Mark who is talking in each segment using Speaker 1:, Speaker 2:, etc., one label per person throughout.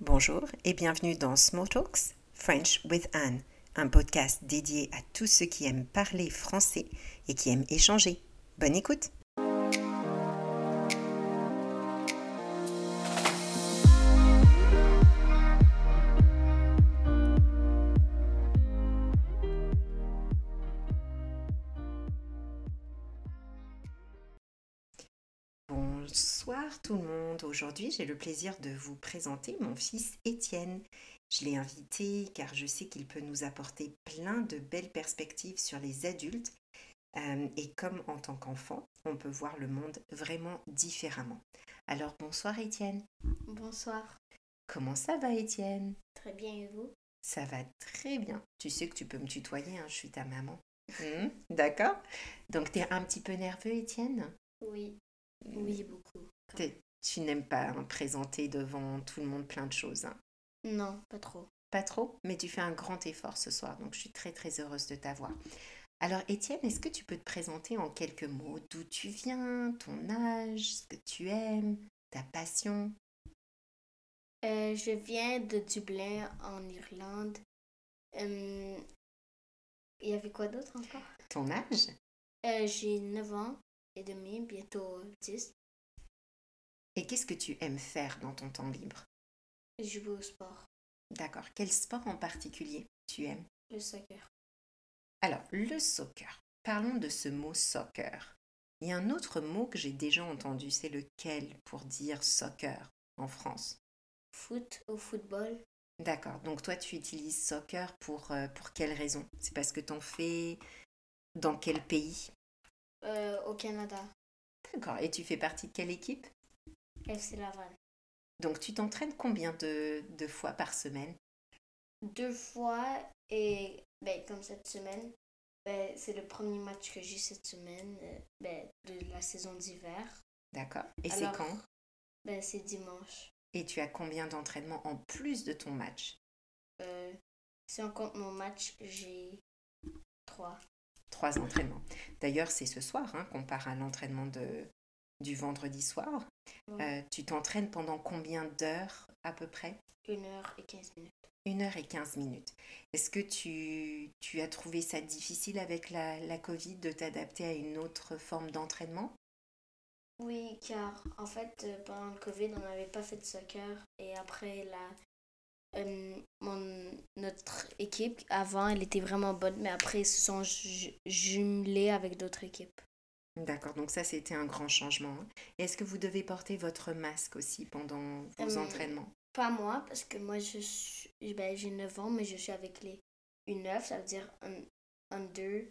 Speaker 1: Bonjour et bienvenue dans Small Talks French with Anne, un podcast dédié à tous ceux qui aiment parler français et qui aiment échanger. Bonne écoute Bonsoir tout le monde. Aujourd'hui, j'ai le plaisir de vous présenter mon fils Étienne. Je l'ai invité car je sais qu'il peut nous apporter plein de belles perspectives sur les adultes euh, et comme en tant qu'enfant, on peut voir le monde vraiment différemment. Alors bonsoir Étienne.
Speaker 2: Bonsoir.
Speaker 1: Comment ça va Étienne
Speaker 2: Très bien, et vous
Speaker 1: Ça va très bien. Tu sais que tu peux me tutoyer, hein, je suis ta maman. Hmm, D'accord Donc t'es un petit peu nerveux Étienne
Speaker 2: Oui. Oui, beaucoup. quand
Speaker 1: T'es- Tu n'aimes pas hein, présenter devant tout le monde plein de choses. hein.
Speaker 2: même. Non, pas trop.
Speaker 1: Pas trop, mais tu fais un grand effort ce soir, donc je suis très très heureuse de t'avoir. Alors Étienne, est-ce que tu peux te présenter en quelques mots d'où tu viens, ton âge, ce que tu aimes, ta passion
Speaker 2: Euh, je viens de Dublin, en Irlande. Euh, Il y avait quoi d'autre encore
Speaker 1: Ton âge
Speaker 2: Euh, J'ai 9 ans et demi, bientôt 10.
Speaker 1: Et qu'est-ce que tu aimes faire dans ton temps libre
Speaker 2: Je joue au sport,
Speaker 1: D'accord, quel sport en particulier tu aimes
Speaker 2: le soccer.
Speaker 1: Alors, le soccer. Parlons de ce mot soccer. Il y a un autre mot que j'ai déjà entendu, c'est lequel pour dire soccer en France
Speaker 2: Foot, au football.
Speaker 1: D'accord. Donc toi, tu utilises soccer pour, euh, pour quelle raison C'est parce que t'en fais dans quel pays
Speaker 2: Euh, au Canada,
Speaker 1: D'accord. Et tu fais partie de quelle équipe
Speaker 2: FC Laval.
Speaker 1: Donc tu t'entraînes combien de, de fois par semaine
Speaker 2: Deux fois et ben, comme cette semaine, ben, c'est le premier match que j'ai cette semaine euh, ben, de la saison d'hiver.
Speaker 1: D'accord. Et
Speaker 2: Alors-
Speaker 1: c'est quand
Speaker 2: Ben, c'est dimanche.
Speaker 1: Et tu as combien d'entraînements en plus de ton match
Speaker 2: Euh, si on compte mon match, j'ai 3.
Speaker 1: Trois entraînements. D'ailleurs, c'est ce soir hein, qu'on part à l'entraînement de, du vendredi soir.
Speaker 2: Ouais.
Speaker 1: Euh, tu t'entraînes pendant combien d'heures à peu près
Speaker 2: 1 heure et 15 minutes.
Speaker 1: 1 heure et 15 minutes. Est-ce que tu, tu as trouvé ça difficile avec la, la Covid de t'adapter à une autre forme d'entraînement
Speaker 2: Oui, car en fait, euh, pendant le Covid, on n'avait pas fait de soccer. Et après, la, euh, mon- notre équipe, avant, elle était vraiment bonne, mais après, ils se sont ju- jumelés avec d'autres équipes.
Speaker 1: D'accord, donc ça c'était un grand changement. hein. Et Est-ce que vous devez porter votre masque aussi pendant vos
Speaker 2: Euh,
Speaker 1: entraînements
Speaker 2: Pas moi, parce que moi, je suis, ben, j'ai 9 ans, mais je suis avec les U9, ça veut dire un, under,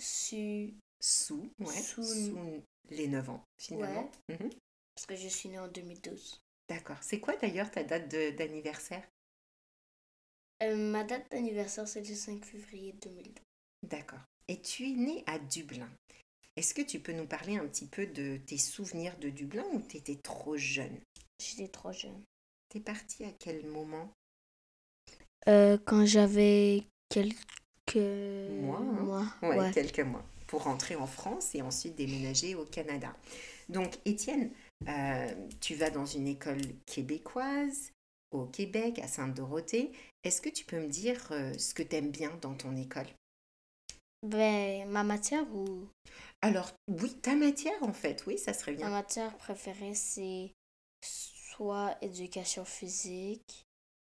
Speaker 2: su,
Speaker 1: Sous, ouais,
Speaker 2: sous-
Speaker 1: sous les 9 ans finalement. Mhm.
Speaker 2: parce que je suis née en 2012.
Speaker 1: D'accord. C'est quoi d'ailleurs ta date de- d'anniversaire
Speaker 2: Euh, ma date d'anniversaire, c'est le 5 février 2012.
Speaker 1: D'accord. Et tu es né à Dublin. Est-ce que tu peux nous parler un petit peu de tes souvenirs de Dublin ou t'étais trop jeune
Speaker 2: J'étais trop jeune.
Speaker 1: T'es partie à quel moment
Speaker 2: Euh, quand j'avais quelques
Speaker 1: Mois, hein. Ouais,
Speaker 2: Ouais.
Speaker 1: quelques mois pour rentrer en France et ensuite déménager au Canada. Donc, Étienne, euh, tu vas dans une école québécoise au Québec, à Sainte-Dorothée. Est-ce que tu peux me dire euh, ce que t'aimes bien dans ton école
Speaker 2: Ben, ma matière ou
Speaker 1: Alors, oui, ta matière en fait, oui, ça serait
Speaker 2: ma
Speaker 1: bien.
Speaker 2: matière préférée, c'est soit éducation physique,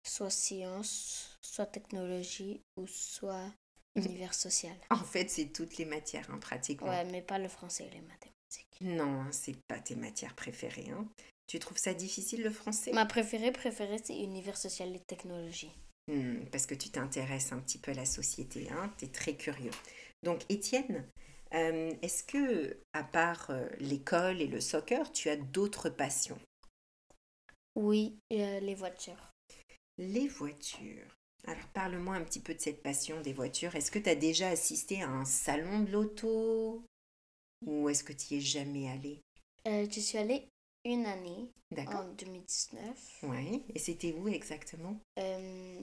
Speaker 2: soit sciences, soit technologie ou soit
Speaker 1: Mhm.
Speaker 2: univers social.
Speaker 1: En fait, c'est toutes les matières, hein, pratiquement.
Speaker 2: Ouais, mais pas le français et les mathématiques.
Speaker 1: Non, hein, c'est pas tes matières préférées. hein. Tu trouves ça difficile le français
Speaker 2: Ma préférée préférée, c'est univers social et technologie.
Speaker 1: Hmm, parce que tu t'intéresses un petit peu à la société, hein, tu es très curieux. Donc, Étienne, euh, est-ce que, à part euh, l'école et le soccer, tu as d'autres passions
Speaker 2: Oui, euh, les voitures.
Speaker 1: Les voitures. Alors, parle-moi un petit peu de cette passion des voitures. Est-ce que tu as déjà assisté à un salon de l'auto Ou est-ce que tu y es jamais allé
Speaker 2: Euh, je suis allée une année
Speaker 1: D'accord.
Speaker 2: en 2019.
Speaker 1: Ouais. Et c'était où exactement
Speaker 2: Euh,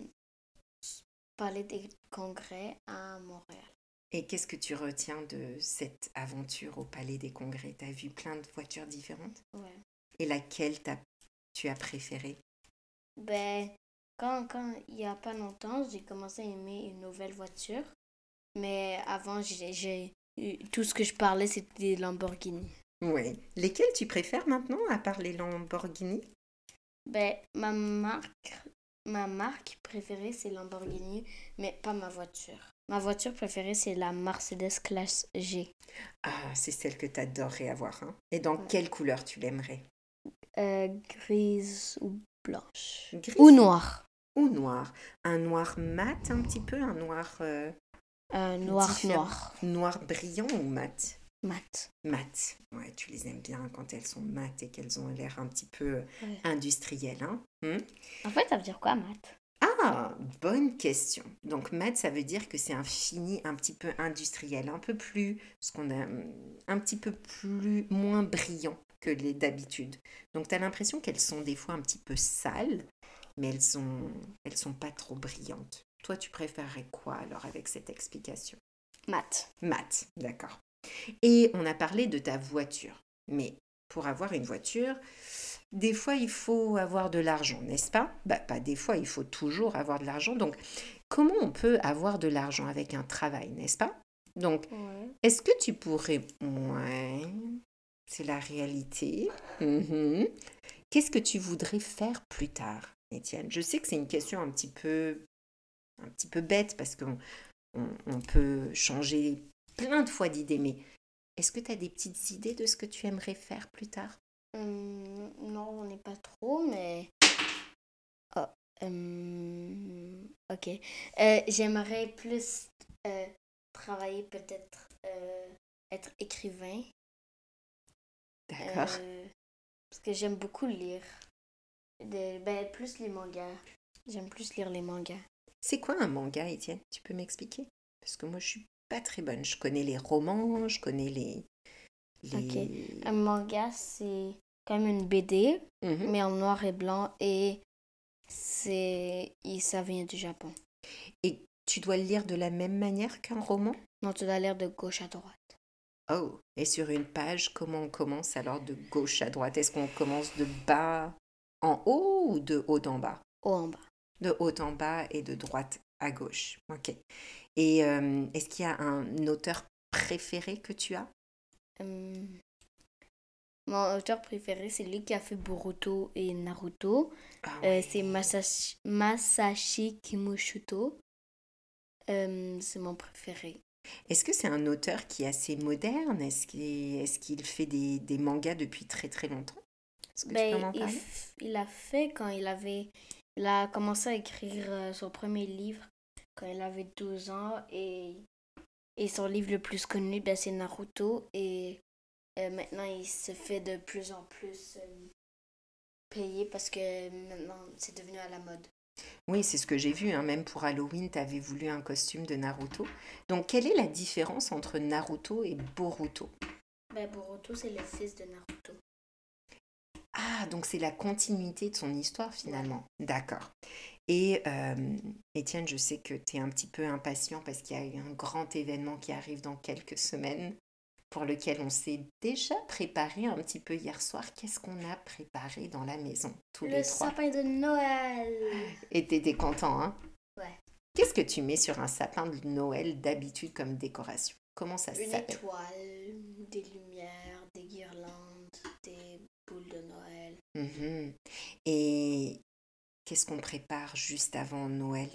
Speaker 2: parler des congrès à Montréal.
Speaker 1: Et qu'est-ce que tu retiens de cette aventure au Palais des Congrès Tu as vu plein de voitures différentes
Speaker 2: Ouais.
Speaker 1: Et laquelle t'as- tu as préférée
Speaker 2: Ben, quand, quand, il n'y a pas longtemps, j'ai commencé à aimer une nouvelle voiture. Mais avant, j'ai, j'ai, tout ce que je parlais, c'était des Lamborghini.
Speaker 1: Oui. Lesquels tu préfères maintenant, à part les Lamborghini
Speaker 2: Ben, ma marque, ma marque préférée, c'est Lamborghini, mais pas ma voiture. Ma voiture préférée, c'est la Mercedes Classe G.
Speaker 1: Ah, c'est celle que tu adorerais avoir. Hein. Et dans quelle couleur tu l'aimerais
Speaker 2: Euh, grise ou blanche.
Speaker 1: Gris
Speaker 2: Ou noire.
Speaker 1: Ou noir. Un noir mat un petit peu, un noir euh,
Speaker 2: Euh, noir,
Speaker 1: Différent.
Speaker 2: noir.
Speaker 1: noir brillant ou mat
Speaker 2: Mat.
Speaker 1: Mat. Ouais, tu les aimes bien quand elles sont mates et qu'elles ont l'air un petit peu euh,
Speaker 2: Ouais.
Speaker 1: industrielles. Hein. Hum
Speaker 2: En fait, ça veut dire quoi, mat
Speaker 1: Ah, bonne question. Donc mat, ça veut dire que c'est un fini un petit peu industriel, un peu plus, ce qu'on a, hum, un petit peu plus moins brillant que les d'habitude. Donc tu as l'impression qu'elles sont des fois un petit peu sales, mais elles sont, elles sont pas trop brillantes. Toi, tu préférerais quoi alors avec cette explication
Speaker 2: Mat.
Speaker 1: Mat, d'accord. Et on a parlé de ta voiture, mais pour avoir une voiture, des fois il faut avoir de l'argent, n'est-ce pas Bah pas des fois, il faut toujours avoir de l'argent. Donc comment on peut avoir de l'argent avec un travail, n'est-ce pas Donc
Speaker 2: Ouais.
Speaker 1: est-ce que tu pourrais Ouais, c'est la réalité. Mhm. Qu'est-ce que tu voudrais faire plus tard, Étienne Je sais que c'est une question un petit peu un petit peu bête parce qu'on on, on peut changer plein de fois d'idées, mais est-ce que tu as des petites idées de ce que tu aimerais faire plus tard
Speaker 2: Hum, non, on n'est pas trop, mais. Oh, hum, ok. Euh, J'aimerais plus euh, travailler, peut-être euh, être écrivain.
Speaker 1: D'accord.
Speaker 2: euh, parce que j'aime beaucoup lire. Des- ben, plus les mangas. J'aime plus lire les mangas.
Speaker 1: C'est quoi un manga, Étienne Tu peux m'expliquer Parce que moi, je suis pas très bonne. Je connais les romans, je connais les. les...
Speaker 2: Un manga, c'est comme une BD,
Speaker 1: Mhm.
Speaker 2: mais en noir et blanc, et c'est et ça vient du Japon.
Speaker 1: Et tu dois le lire de la même manière qu'un roman
Speaker 2: Non, tu dois lire de gauche à droite.
Speaker 1: Oh, et sur une page, comment on commence alors de gauche à droite Est-ce qu'on commence de bas en haut ou de haut en bas
Speaker 2: Haut en bas.
Speaker 1: de haut en bas et de droite à gauche. Ok. Et euh, est-ce qu'il y a un auteur préféré que tu as
Speaker 2: Hum, Mon auteur préféré, c'est lui qui a fait Boruto et Naruto.
Speaker 1: Ah
Speaker 2: Euh,
Speaker 1: ouais.
Speaker 2: c'est Masashi, Masashi Kimoshito. Hum, c'est mon préféré.
Speaker 1: Est-ce que c'est un auteur qui est assez moderne Est-ce qu'il est-ce qu'il fait des, des mangas depuis très très longtemps Est-ce que tu peux
Speaker 2: Ben,
Speaker 1: m'en
Speaker 2: il,
Speaker 1: parler
Speaker 2: f- il a fait quand il avait. Il a commencé à écrire euh, son premier livre quand il avait 12 ans et, et son livre le plus connu, ben, c'est Naruto. Et euh, maintenant, il se fait de plus en plus euh, payer parce que maintenant, c'est devenu à la mode.
Speaker 1: Oui, c'est ce que j'ai vu. hein. Même pour Halloween, tu avais voulu un costume de Naruto. Donc, quelle est la différence entre Naruto et Boruto
Speaker 2: Ben, Boruto, c'est le fils de Naruto.
Speaker 1: Ah, donc c'est la continuité de son histoire finalement. D'accord. Et euh, Étienne, je sais que tu es un petit peu impatient parce qu'il y a eu un grand événement qui arrive dans quelques semaines pour lequel on s'est déjà préparé un petit peu hier soir. Qu'est-ce qu'on a préparé dans la maison tous
Speaker 2: Le
Speaker 1: les trois
Speaker 2: sapin de Noël.
Speaker 1: Et t'étais content, hein
Speaker 2: Ouais.
Speaker 1: Qu'est-ce que tu mets sur un sapin de Noël d'habitude comme décoration Comment Ah, ça
Speaker 2: Une
Speaker 1: s'appelle
Speaker 2: étoile, des lumières, des guirlandes, des boules de Noël.
Speaker 1: Mhm. Et qu'est-ce qu'on prépare juste avant Noël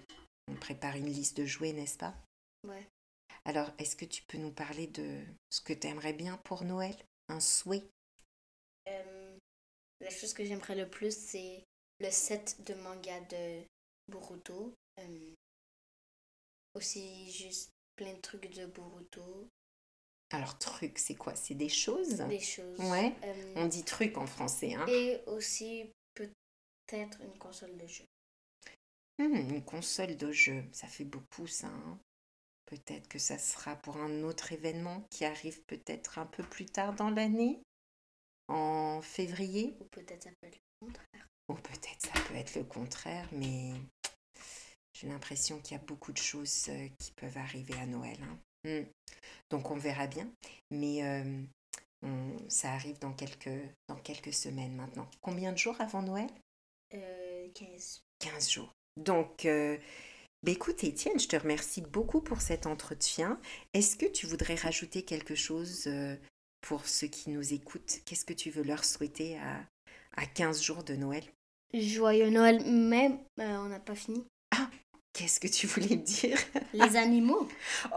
Speaker 1: On prépare une liste de jouets, n'est-ce pas
Speaker 2: Ouais.
Speaker 1: Alors, est-ce que tu peux nous parler de ce que tu aimerais bien pour Noël Un souhait
Speaker 2: Euh, la chose que j'aimerais le plus, c'est le set de manga de Boruto. Euh, aussi, juste plein de trucs de Boruto,
Speaker 1: Alors, truc, c'est quoi C'est des choses
Speaker 2: des choses.
Speaker 1: Ouais.
Speaker 2: Euh,
Speaker 1: On dit truc en français, hein
Speaker 2: et aussi, peut-être une console de jeu.
Speaker 1: Hmm, Une console de jeu, ça fait beaucoup ça. hein peut-être que ça sera pour un autre événement qui arrive peut-être un peu plus tard dans l'année, en février.
Speaker 2: Ou peut-être ça peut être le contraire.
Speaker 1: Ou peut-être ça peut être le contraire, mais j'ai l'impression qu'il y a beaucoup de choses euh, qui peuvent arriver à Noël. hein. Mm. Donc on verra bien, mais euh, on- ça arrive dans quelques, dans quelques semaines maintenant. Combien de jours avant Noël
Speaker 2: Euh, euh, 15.
Speaker 1: 15 jours. Donc, euh, bah écoute, Étienne, je te remercie beaucoup pour cet entretien. Est-ce que tu voudrais rajouter quelque chose euh, pour ceux qui nous écoutent Qu'est-ce que tu veux leur souhaiter à, à 15 jours de Noël
Speaker 2: Joyeux Noël, mais euh, on n'a pas fini.
Speaker 1: Qu'est-ce que tu voulais me dire
Speaker 2: Les animaux.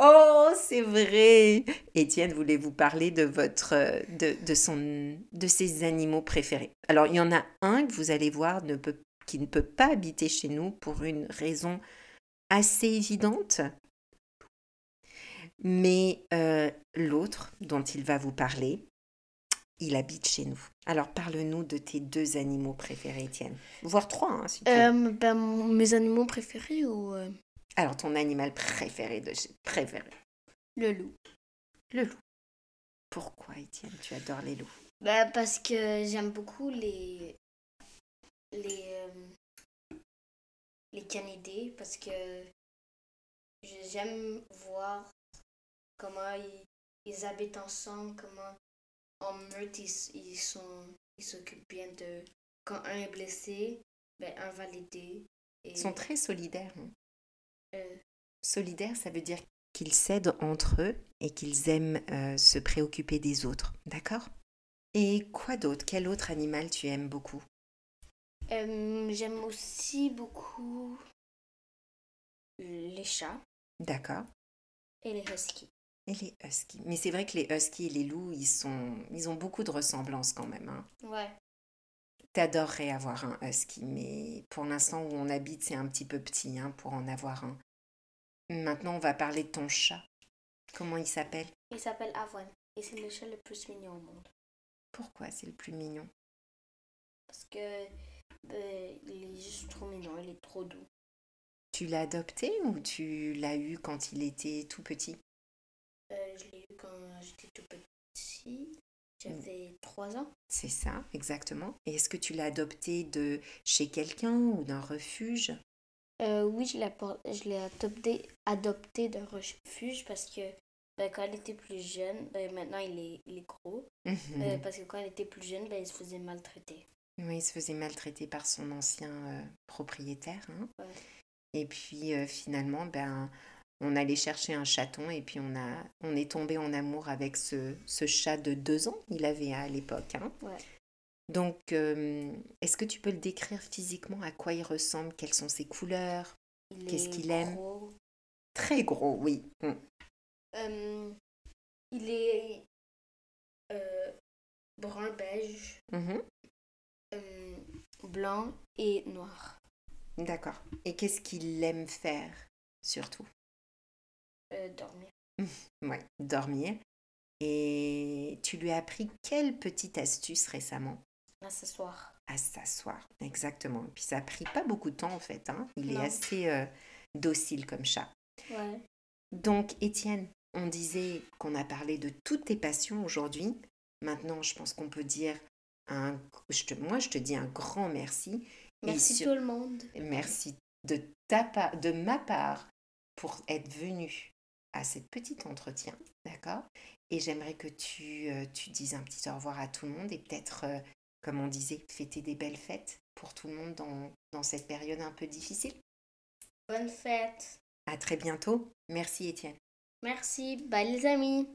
Speaker 1: Oh, c'est vrai Étienne voulait vous parler de votre euh, de, de son de ses animaux préférés. Alors, il y en a un que vous allez voir ne peut, qui ne peut pas habiter chez nous pour une raison assez évidente. Mais euh, l'autre dont il va vous parler, il habite chez nous. Alors, parle-nous de tes deux animaux préférés, Étienne. Voire trois, hein, si tu veux.
Speaker 2: Euh, ben, mon- mes animaux préférés ou euh,
Speaker 1: Alors, ton animal préféré de chez- préféré.
Speaker 2: le loup
Speaker 1: Le loup. Pourquoi, Étienne, tu adores les loups
Speaker 2: Bah parce que j'aime beaucoup les les euh, les canidés parce que je- j'aime voir comment ils, ils habitent ensemble, comment en meute ils, s- ils sont ils s'occupent bien de quand un est blessé, ben un va l'aider et
Speaker 1: Ils sont très solidaires. hein.
Speaker 2: euh,
Speaker 1: Solidaires, ça veut dire qu'ils s'aident entre eux et qu'ils aiment euh, se préoccuper des autres. D'accord Et quoi d'autre Quel autre animal tu aimes beaucoup
Speaker 2: euh, j'aime aussi beaucoup les chats
Speaker 1: D'accord
Speaker 2: et les huskies.
Speaker 1: Et les huskies. Mais c'est vrai que les huskies et les loups, ils, sont... ils ont beaucoup de ressemblances quand même. hein.
Speaker 2: Ouais.
Speaker 1: T'adorerais avoir un husky, mais pour l'instant où on habite, c'est un petit peu petit hein, pour en avoir un. Maintenant, on va parler de ton chat. Comment il s'appelle
Speaker 2: Il s'appelle Avoine et c'est le chat le plus mignon au monde.
Speaker 1: Pourquoi c'est le plus mignon
Speaker 2: Parce que ben, il est juste trop mignon, il est trop doux.
Speaker 1: Tu l'as adopté ou tu l'as eu quand il était tout petit
Speaker 2: Euh, je l'ai eu quand j'étais tout petit.
Speaker 1: Hmm.
Speaker 2: J'avais 3 ans.
Speaker 1: C'est ça, exactement. Et est-ce que tu l'as adopté de chez quelqu'un ou d'un refuge
Speaker 2: Euh, oui, je l'ai appor- je l'ai adopté, adopté d'un refuge parce que ben, quand il était plus jeune, ben, maintenant il est, il est gros.
Speaker 1: Mhm.
Speaker 2: Euh, parce que quand il était plus jeune, ben, il se faisait maltraiter.
Speaker 1: Oui, il se faisait maltraiter par son ancien euh, propriétaire. hein.
Speaker 2: Ouais.
Speaker 1: Et puis euh, finalement, ben, on allait chercher un chaton et puis on, a, on est tombé en amour avec ce, ce chat de deux ans, il avait à l'époque. hein.
Speaker 2: Ouais.
Speaker 1: Donc, euh, est-ce que tu peux le décrire physiquement À quoi il ressemble Quelles sont ses couleurs
Speaker 2: Il
Speaker 1: Qu'est-ce
Speaker 2: est
Speaker 1: qu'il aime
Speaker 2: gros.
Speaker 1: Très gros, oui. Mm.
Speaker 2: Euh, il est euh, brun beige.
Speaker 1: Mhm.
Speaker 2: Euh, blanc et noir.
Speaker 1: D'accord. Et qu'est-ce qu'il aime faire surtout
Speaker 2: Euh, dormir.
Speaker 1: Ouais, dormir. Et tu lui as appris quelle petite astuce récemment
Speaker 2: À s'asseoir.
Speaker 1: À s'asseoir, exactement. Et puis ça a pris pas beaucoup de temps en fait. hein. Il
Speaker 2: Non.
Speaker 1: est assez euh, docile comme chat.
Speaker 2: Ouais.
Speaker 1: Donc Étienne, on disait qu'on a parlé de toutes tes passions aujourd'hui. Maintenant, je pense qu'on peut dire un, je te- moi je te dis un grand merci. Et
Speaker 2: Merci
Speaker 1: sur-
Speaker 2: tout le monde.
Speaker 1: Merci de, ta part, de ma part pour être venu à cette petite entretien, d'accord Et j'aimerais que tu, euh, tu dises un petit au revoir à tout le monde et peut-être, euh, comme on disait, fêter des belles fêtes pour tout le monde dans, dans cette période un peu difficile.
Speaker 2: Bonne fête.
Speaker 1: À très bientôt. Merci Étienne.
Speaker 2: Merci. Bye les amis.